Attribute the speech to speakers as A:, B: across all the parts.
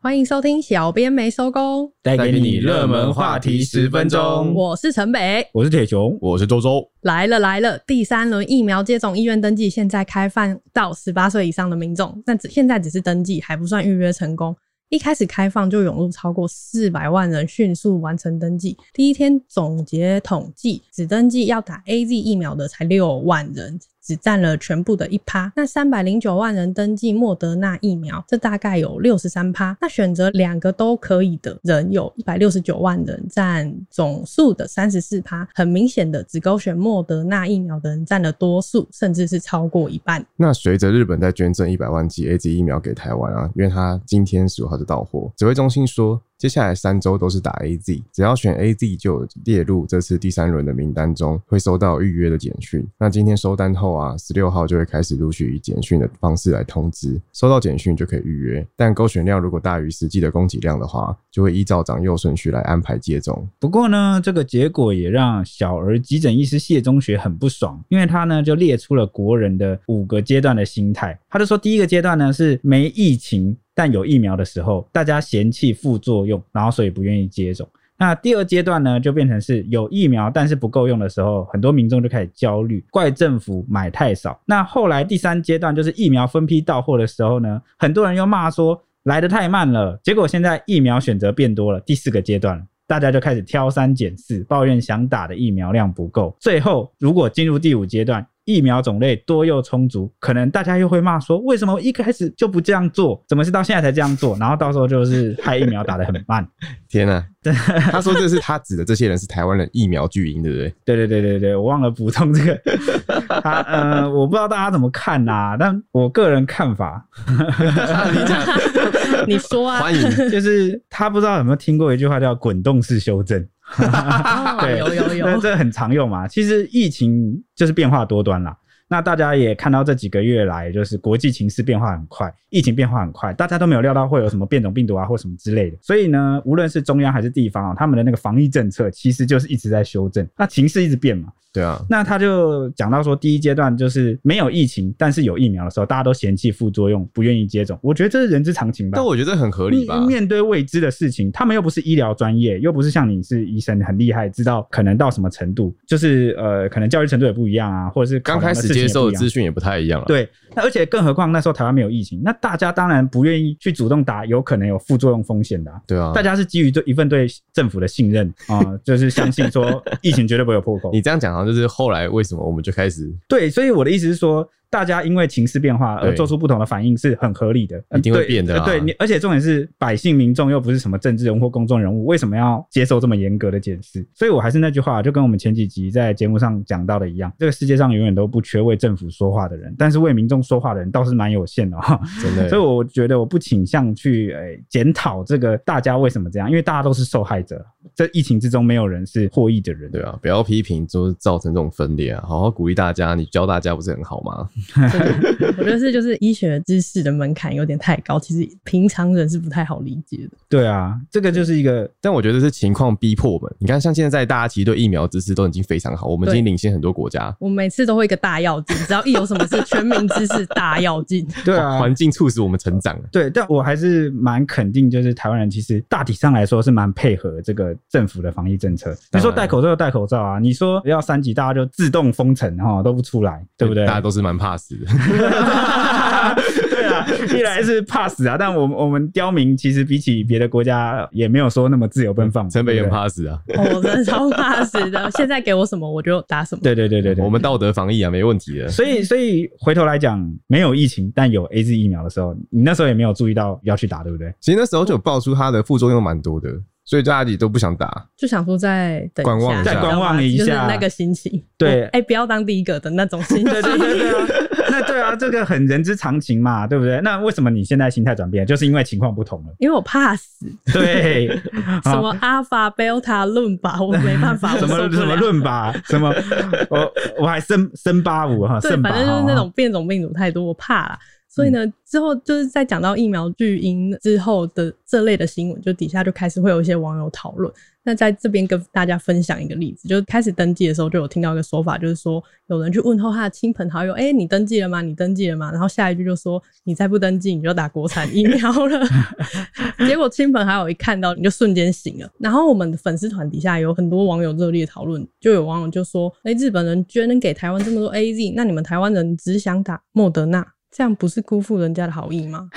A: 欢迎收听《小编没收工》，
B: 带
C: 带
B: 给
C: 给
B: 你
C: 你
B: 热
C: 热
B: 门
C: 门
B: 话
C: 话
B: 题
C: 题
B: 十分
C: 10分
B: 钟
C: 钟。
A: 我是陈北。
B: 我是铁熊，
C: 我是周周，
A: 来了来了，第三轮疫苗接种意愿登记现在开放到十八岁以上的民众，但只现在只是登记，还不算预约成功。一开始开放就涌入超过四百万人，迅速完成登记。第一天总结统计，只登记要打 A Z 疫苗的才六万人，只占了全部的一趴。那三百零九万人登记莫德纳疫苗，这大概有六十三趴。那选择两个都可以的人有一百六十九万人，占总数的三十四趴。很明显的，只勾选莫德纳疫苗的人占了多数，甚至是超过一半。
C: 那随着日本在捐赠一百万剂 A Z 疫苗给台湾啊，因为它今天十五号就到货，指挥中心说，接下来三周都是打 A Z，只要选 A Z 就有列入这次第三轮的名单中，会收到预约的简讯。那今天收单后啊，十六号就会开始陆续以简讯的方式来通知，收到简讯就可以预约，但勾选量如果大于实际的供给量的话，就会依照长幼顺序来安排接种。
B: 不过呢，这个结果也让小儿急诊医师谢中学很不爽，因为他呢就列出了国人的五个阶段的心态。他就说，第一个阶段呢是没疫情但有疫苗的时候，大家嫌弃副作用，然后所以不愿意接种。那第二阶段呢，就变成是有疫苗但是不够用的时候，很多民众就开始焦虑，怪政府买太少。那后来第三阶段就是疫苗分批到货的时候呢，很多人又骂说来得太慢了。结果现在疫苗选择变多了，第四个阶段了。大家就开始挑三拣四，抱怨想打的疫苗量不够。最后，如果进入第五阶段，疫苗种类多又充足，可能大家又会骂说，为什么一开始就不这样做？怎么是到现在才这样做？然后到时候就是害疫苗打得很慢。
C: 天呐、他说这是他指的这些人是台湾人疫苗巨婴，对不对？
B: 对对对对对，我忘了补充这个。他呃，我不知道大家怎么看呐、但我个人看法
A: 你说啊，
C: 欢迎。
B: 就是，他不知道有没有听过一句话叫“滚动式修 正”。
A: 哦、
B: 对，
A: 有有有
B: 那，这很常用嘛。其实疫情就是变化多端啦。那大家也看到这几个月来，就是国际情势变化很快，疫情变化很快，大家都没有料到会有什么变种病毒啊或什么之类的。所以呢，无论是中央还是地方啊，他们的那个防疫政策其实就是一直在修正，那情势一直变嘛。
C: 对啊，
B: 那他就讲到说，第一阶段就是没有疫情，但是有疫苗的时候，大家都嫌弃副作用，不愿意接种。我觉得这是人之常情吧。
C: 但我觉得很合理吧
B: 面。面对未知的事情，他们又不是医疗专业，又不是像你是医生很厉害，知道可能到什么程度，就是呃，可能教育程度也不一样啊，或者是考
C: 刚
B: 量
C: 开
B: 的
C: 始
B: 事情
C: 接
B: 也
C: 受
B: 不一
C: 的
B: 样
C: 资讯也不太一样了。，
B: 对，那而且更何况那时候台湾没有疫情，那大家当然不愿意去主动打有可能有副作用风险的啊、
C: 对啊，
B: 大家是基于对一份对政府的信任啊、就是相信说疫情绝对不会有破口。
C: 你这样讲好像就是后来为什么我们就开始
B: 对，所以我的意思是说，大家因为情势变化而
C: 对
B: 做出不同的反应是很合理的，呃
C: 一定会
B: 对
C: 变的
B: 呃
C: 啊
B: 对，你而且重点是百姓民众又不是什么政治人物或公众人物，为什么要接受这么严格的检视？所以我还是那句话，就跟我们前几集在节目上讲到的一样，这个世界上永远都不缺为政府说话的人，但是为民众说话的人倒是蛮有限的哈、
C: 真的
B: 所以我觉得我不倾向去诶检讨这个大家为什么这样，因为大家都是受害者，这疫情之中没有人是获益的人。
C: 对啊，不要批评，就是造成这种分裂啊，好好鼓励大家，你教大家不是很好吗？
A: 我觉得是就是医学知识的门槛有点太高，其实平常人是不太好理解的。
B: 对啊，这个就是一个
C: 但我觉得是情况逼迫我们。你看，像现在大家其实对疫苗知识都已经非常好，我们已经
A: 对
C: 领先很多国家。
A: 我每次都会一个大要进，只要一有什么事，全民知识大要进。
B: 对啊，
C: 环境促使我们成长，
B: 对，但我还是蛮肯定，就是台湾人其实大体上来说是蛮配合这个政府的防疫政策。你说戴口罩就戴口罩啊，你说要三级，大家就自动封城哈，都不出来，对不对？
C: 大家都是蛮怕死的。
B: 对啊，一来是怕死啊，但我们我们刁民其实比起别的国家也没有说那么自由奔放嘛，
C: 陈北也
B: 对
C: 很
B: 不对。
C: 怕死啊，
A: 哦我真的超怕死的，现在给我什么我就打什么。
B: 对对对对对，
C: 我们道德防疫啊，没问题的。
B: 所以所以回头来讲，没有疫情但有 A Z 疫苗的时候，你那时候也没有注意到要去打，对不对？
C: 其实那时候就有爆出它的副作用蛮多的，所以大家也都不想打。
A: 就想说再等一下
C: 观望一下再
B: 观望一下
A: 就是那个心情。
B: 对
A: 哎、不要当第一个的那种心
B: 对对
A: 情。
B: 对对啊，那对啊，这个很人之常情嘛，对不对？那为什么你现在心态转变，就是因为情况不同了。
A: 因为我怕死，
B: 对，啊
A: 什么阿法、贝塔论吧，我没办法，
B: 什
A: 我受
B: 么
A: 不
B: 什么
A: 了。
B: 论吧，什么我我还升升八五哈，
A: 对，
B: 升八
A: 反正就是那
B: 哈
A: 种变种病毒太多，我怕啦。所以呢，之后就是在讲到疫苗巨婴之后的这类的新闻，就底下就开始会有一些网友讨论。那在这边跟大家分享一个例子，就是开始登记的时候就有听到一个说法，就是说有人去问候他的亲朋好友，哎、你登记了吗？你登记了吗？然后下一句就说你再不登记你就打国产疫苗了。 结果亲朋好友一看到你就瞬间醒了。然后我们的粉丝团底下有很多网友热烈讨论，就有网友就说：“哎、日本人捐给台湾这么多 AZ，那你们台湾人只想打莫德纳，这样不是辜负人家的好意吗？”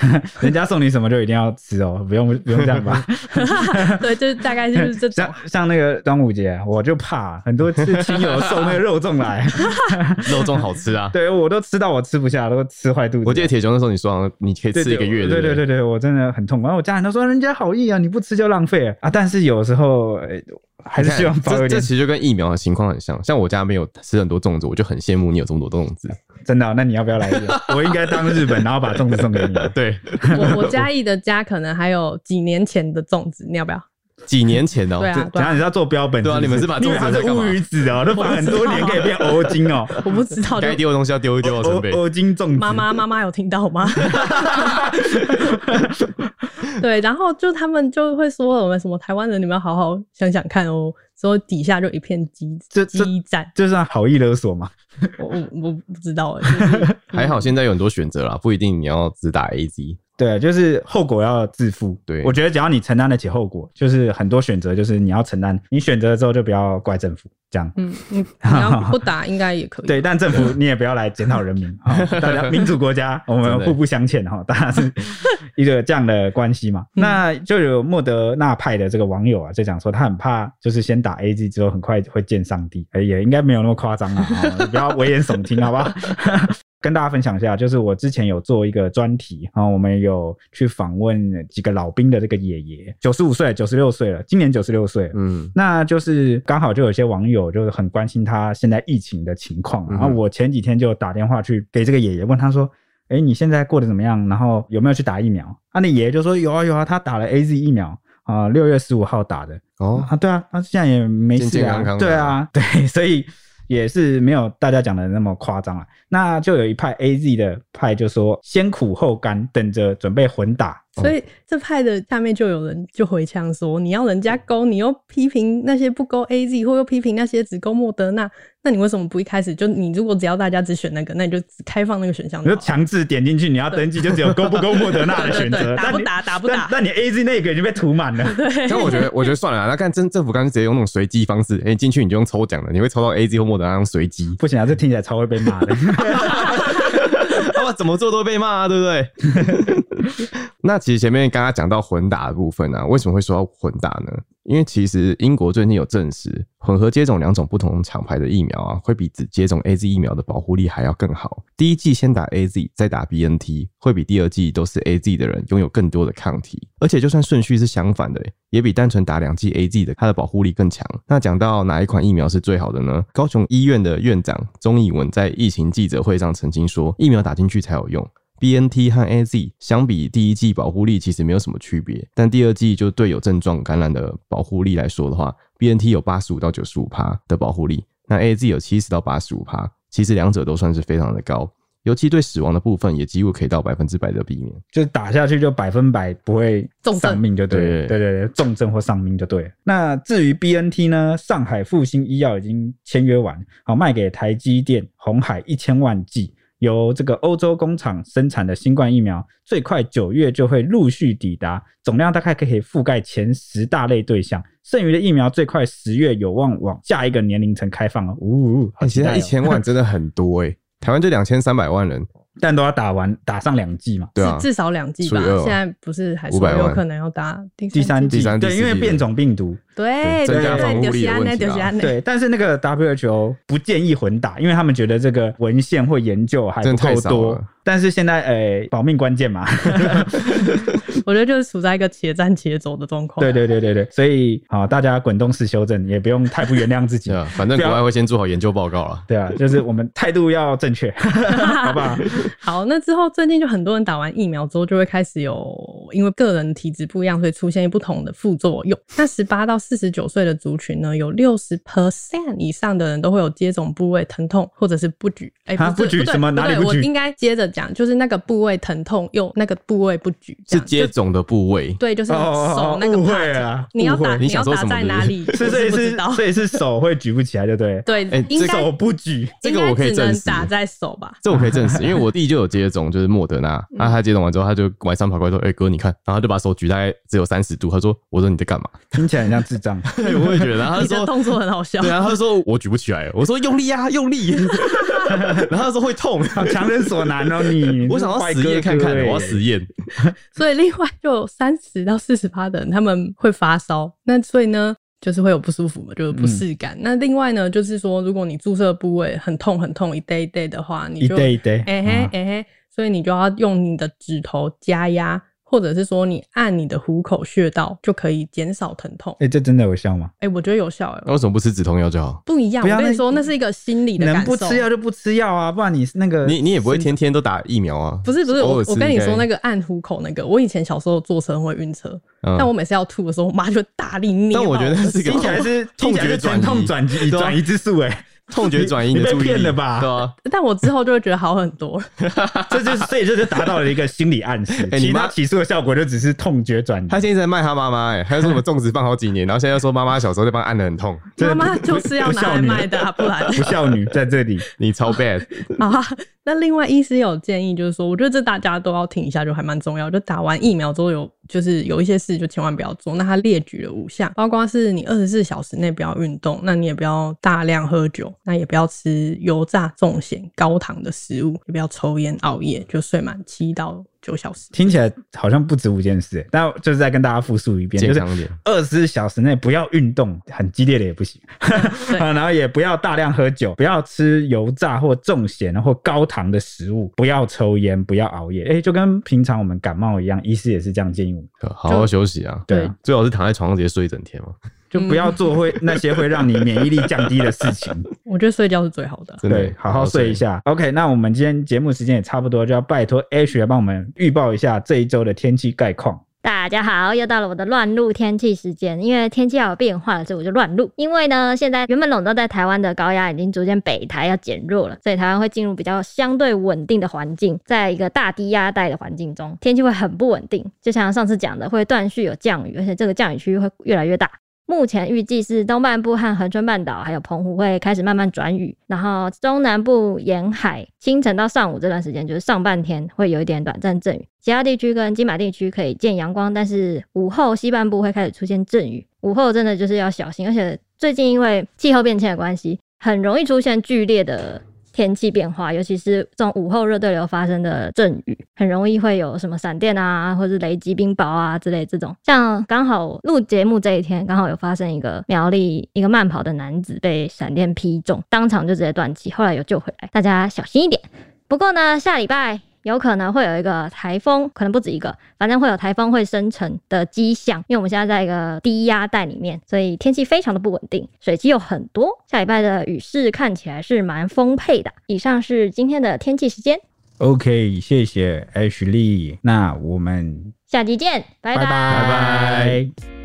B: 人家送你什么就一定要吃哦，不用不用这样吧。
A: 对，就是大概 就是这种
B: 像。像那个端午节，我就怕很多次亲友送那个肉 粽来，
C: 肉粽好吃啊！
B: 对我都吃到我吃不下，都吃坏肚子。
C: 我记得铁熊那时候你说好像你可以吃一个月，
B: 对
C: 不
B: 对对对，我真的很痛苦。然后我家人都说人家好意啊，你不吃就浪费了啊。但是有时候、呃还是
C: 你看
B: 希望保有
C: 这这
B: 点
C: 其实就跟疫苗的情况很像，像我家没有吃很多粽子，我就很羡慕你有这么多粽子。
B: 真的哦、那你要不要来一 个？我应该当日本，然后把粽子送给你。啊
C: 嗯对，
A: 我我嘉义的家可能还有几年前的粽子，你要不要？
C: 几年前哦、
A: 对啊，对
B: 等一下
A: 啊
B: 你是要做标本
C: 对啊
B: 是不
C: 你们是把
B: 你以为
C: 粽子
B: 它
C: 在
B: 是
C: 干嘛
B: 乌鱼子哦，都放很多年
A: 我
B: 可
A: 知
B: 以
A: 道
B: 变欧金 哦，
A: 我不知道，就
C: 该丢的东西要丢一丢啊，
B: 欧
C: 准备。
B: 欧金粽 子。
A: 妈 妈妈妈有听到吗？对，然后就他们就会说我们什么台湾人，你们要好好想想看哦。所以底下就一片激
B: 这这
A: 激战，
B: 就算好意勒索嘛，
A: 我我我不知道 哎、就是
C: 还好现在有很多选择啦，不一定你要只打 A Z。
B: 对，啊就是后果要自负。
C: 对
B: 我觉得只要你承担得起后果，就是很多选择，就是你要承担。你选择了之后，就不要怪政府这样。
A: 嗯，你你要不打应该也可以。
B: 对，但政府你也不要来检 讨人民啊、大家民主国家，我们
C: 真的
B: 互不相欠哈、大家是一个这样的关系嘛。
A: 嗯
B: 那就有莫德纳派的这个网友啊，就讲说他很怕，就是先打 A G 之后，很快会见上帝，哎也应该没有那么夸张啊，哦 不要危言耸听，好不 好？跟大家分享一下，就是我之前有做一个专题啊、我们有去访问几个老兵的这个爷爷，九十五岁、九十六岁了，今年九十六岁了，
C: 嗯，
B: 那就是刚好就有些网友就是很关心他现在疫情的情况，
C: 嗯哼
B: 然后我前几天就打电话去给这个爷爷问他说：“哎，你现在过得怎么样？然后有没有去打疫苗？”啊，那爷爷就说：“有啊有啊，他打了 A Z 疫苗啊，六、月十五号打的。
C: 哦，
B: 啊，对啊，他现在也没事啊，
C: 健健康康的
B: 对啊， 对，所以也是没有大家讲的那么夸张啊。那就有一派 A Z 的派就说先苦后甘，等着准备混打。
A: 所以这派的下面就有人就回呛说：“你要人家勾，你又批评那些不勾 A Z，或又批评那些只勾莫德纳，那你为什么不一开始就你如果只要大家只选那个，那你就只开放那个选项
C: 哦
B: 你
A: 就
B: 就
A: 好了？
B: 强制点进去，你要登记，就只有勾不勾莫德纳的
A: 对
B: 选
A: 对对
B: 择，
A: 打
B: 但
A: 不
B: 你
A: 打，打不
B: 但
A: 打。
B: 但你 A Z 那个已经被涂满了，，
C: 但我觉得，我觉得算了啊，那看政政府干脆直接用那种随机方式，哎、进去你就用抽奖的，你会抽到 A Z 或莫德纳用随机
B: 不行啊，这听起来超会被骂的。
C: 他们怎么做都被骂啊，对不对？那其实前面刚刚讲到混打的部分啊，为什么会说到混打呢？因为其实英国最近有证实，混合接种两种不同厂牌的疫苗啊，会比只接种 A Z 疫苗的保护力还要更好。第一剂先打 A Z，再打 B N T，会比第二剂都是 A Z 的人拥有更多的抗体，而且就算顺序是相反的，也比单纯打两剂 A Z 的它的保护力更强。那讲到哪一款疫苗是最好的呢？高雄医院的院长钟以文在疫情记者会上曾经说，疫苗打进去才有用。B N T 和 A Z 相比，第一剂保护力其实没有什么区别，但第二剂就对有症状感染的保护力来说的话，B N T 有八十五到九十五趴的保护力，那 A Z 有七十到八十五趴，其实两者都算是非常的高，尤其对死亡的部分也几乎可以到百分之百的避免。
B: 就是打下去就百分百不会
A: 重症
B: 丧命就对了，对
C: 对
B: 对对，重症或丧命就对了。那至于 BNT 呢，上海复兴医药已经签约完，好卖给台积电、红海一千万剂，由这个欧洲工厂生产的新冠疫苗，最快九月就会陆续抵达，总量大概可以覆盖前十大类对象，剩余的疫苗最快十月有望往下一个年龄层开放哦。呜、呜，好
C: 欸
B: 期
C: 其实
B: 待、哦！
C: 一千万真的很多哎、台湾就两千三百万人，
B: 但都要打完打上两剂嘛。
C: 对啊，
A: 至至少两剂吧
C: 除以二，嘛
A: 现在不是还说
C: 500万
A: 有可能要打第
B: 第三
A: 剂？
B: 剂
C: 第三，
B: 对，
C: 第四
B: 因为
C: 剂
B: 变种病毒，
A: 对，
C: 增
B: 加
A: 对
B: 防
A: 对
C: 护
A: 丢
C: 力
A: 西
C: 的
A: 安内
C: 问题
A: 丢
C: 啊
A: 西安内
B: 对，但是那个 WHO 不建议混打，因为他们觉得这个文献或研究还不
C: 真的太
B: 够
C: 少
B: 多
C: 了。
B: 但是现在，呃，保命关 键嘛，
A: 我觉得就是处在一个且战且走的状况。
B: 对 对对对对，所以好，大家滚动式修正，也不用太不原谅自己
C: 对。啊，反正国外会先做好研究报告了。
B: 对啊，就是我们态度要 正确，好不好？
A: 好，那之后最近就很多人打完疫苗之后，就会开始有因为个人体质不一样，所以出现不同的副作用。那十八到四十九岁的族群呢，有六十 percent 以上的人都会有接种部位疼痛或者是不举。哎、
B: 啊
A: 不是
B: 不举
A: 对
B: 什么哪
A: 对，
B: 里不
A: 我
B: 举
A: 应该接着讲，就是那个部位疼痛又那个部位不举，
D: 是
A: 这
C: 啊
A: 样
D: 接
A: 就
D: 种的部位，
A: 对，就是
B: 哦哦哦
A: 手那个
B: 误
A: part
B: 会啊
A: 你要
B: 误会
A: 打
D: 你
A: 要
D: 想说
A: 打
D: 什么
A: 在
D: 是不
A: 哪
D: 是
A: 里？
B: 所以
A: 我
B: 所
A: 是
B: 以
A: 不知
B: 是
A: 道。
B: 所以是手会举不起来，对不对？
A: 对，
D: 哎
A: 应该
B: 手不举，
D: 这个我可以
A: 应该只
D: 证
A: 能
D: 实
A: 打在手吧。
D: 这我可以证实，因为我弟就有接种，就是莫德 纳，啊，他接种完之后，他就晚上跑过来说：“哎、哥，你看。”然后他就把手举大概只有三十度，他说：“我说你在干嘛
B: 听起来很像智 障。？”
D: 对，我也觉得，然后
A: 你
D: 他
A: 的
D: 说。
A: 动作很好笑
D: 对，啊，他说我举不起来，我说用力啊，用力， 然后他说会痛，
B: 好强人所难哦，你！
D: 我想要实验看看，我要实
B: 验。
D: 验。
A: 所以另外就有三十到四十趴的人他们会发烧，那所以呢就是会有不舒服嘛，
B: 嗯
A: 就是不适感。那另外呢就是说，如果你注射部位很痛很痛一堆一堆的话，你
B: 一
A: 就
B: 堆一堆，
A: 哎嘿
B: 嗯
A: 哎嘿，所以你就要用你的指头加压，或者是说你按你的虎口穴道就可以减少疼痛。
B: 哎，这哦真的有效吗？
A: 哎、我觉得有效哎、
D: 那为什么不吃止痛药就好？
A: 不一样。
B: 不要
A: 我跟
B: 那
A: 你说，那是一个心理的
B: 能
A: 感
B: 不
A: 受。
B: 吃药就不吃药啊，不然你那个
D: 你你也不会天天都打疫苗啊？
A: 不是不是，
D: 偶
A: 我
D: 尔吃
A: 我跟你说那
D: 应
A: 个按虎口那个，我以前小时候坐车会晕车，
D: 该，嗯
A: 但我每次要吐的时候，我妈就大力捏爆
D: 但
A: 我
D: 我觉得
A: 的
D: 是一个
A: 手
B: 听起来是
D: 痛
B: 听起来是
D: 觉转移
B: 疼痛转移
D: 对啊
B: 转移之 术，哎，
D: 痛觉转移
B: 你
D: 的
B: 被
D: 注意力
B: 骗了吧
D: 对啊，
A: 但我之后就会觉得好很多。
B: 这就是所以这就达到了一个心理暗示，
D: 哎
B: 其
D: 你妈
B: 他起诉的效果就只是痛觉转移。
D: 他现在在卖他妈妈，哎，他说什么粽子放好几年，然后现在又说妈妈小时候就帮他按的很痛，
A: 妈妈就是要拿来卖的、啊， 不然
B: 不孝女在这里，
D: 你超 bad，
A: 好啊。那另外医师有建议，就是说，我觉得这大家都要听一下，就还蛮重要。就打完疫苗之后有，就是有一些事就千万不要做。那他列举了五项，包括是你二十四小时内不要运动，那你也不要大量喝酒，那也不要吃油炸、重咸、高糖的食物，也不要抽烟、熬夜，就睡满七到九小时。
B: 听起来好像不止五件事，哎但就是再跟大家复述一遍，
D: 健
B: 就是
D: 康一点。
B: 二十四小时内不要运动，很激烈的也不行，
A: 对
B: 啊， 然后也不要大量喝酒，不要吃油炸或重咸或高糖的食物，不要抽烟，不要熬夜，哎、就跟平常我们感冒一样，医师也是这样建议我们，
D: 好好休息啊，
B: 对啊，
D: 最好是躺在床上直接睡一整天嘛，
B: 就不要做会、那些会让你免疫力降低的事情，
A: 我觉得睡觉是最好的。
D: 真的
B: 对，好好睡一。下。OK，那我们今天节目时间也差不多，就要拜托 Ash 来帮我们预报一下这一周的天气概况。
E: 大家好，又到了我的乱录天气时间，因为天气要有变化了，所以我就乱录。因为呢，现在原本笼罩在台湾的高压已经逐渐北台要减弱了，所以台湾会进入比较相对稳定的环境，在一个大低压带的环境中，天气会很不稳定。就像上次讲的，会断续有降雨，而且这个降雨区域会越来越大。目前预计是东半部和恒春半岛还有澎湖会开始慢慢转雨，然后中南部沿海清晨到上午这段时间就是上半天会有一点短暂阵雨，其他地区跟金马地区可以见阳光，但是午后西半部会开始出现阵雨，午后真的就是要小心，而且最近因为气候变迁的关系，很容易出现剧烈的天气变化，尤其是这种午后热对流发生的阵雨，很容易会有什么闪电啊，或是雷击、冰雹啊之类这种。像刚好录节目这一天，刚好有发生一个苗栗一个慢跑的男子被闪电劈中，当场就直接断气，后来有救回来。大家小心一点。不过呢，下礼拜有可能会有一个台风，可能不止一个，反正会有台风会生成的迹象。因为我们现在在一个低压带里面，所以天气非常的不稳定，水汽又很多。下礼拜的雨势看起来是蛮丰沛的。以上是今天的天气时间，
B: OK，谢谢 Ashley，那我们
E: 下集见，拜
B: 拜
E: 拜
B: 拜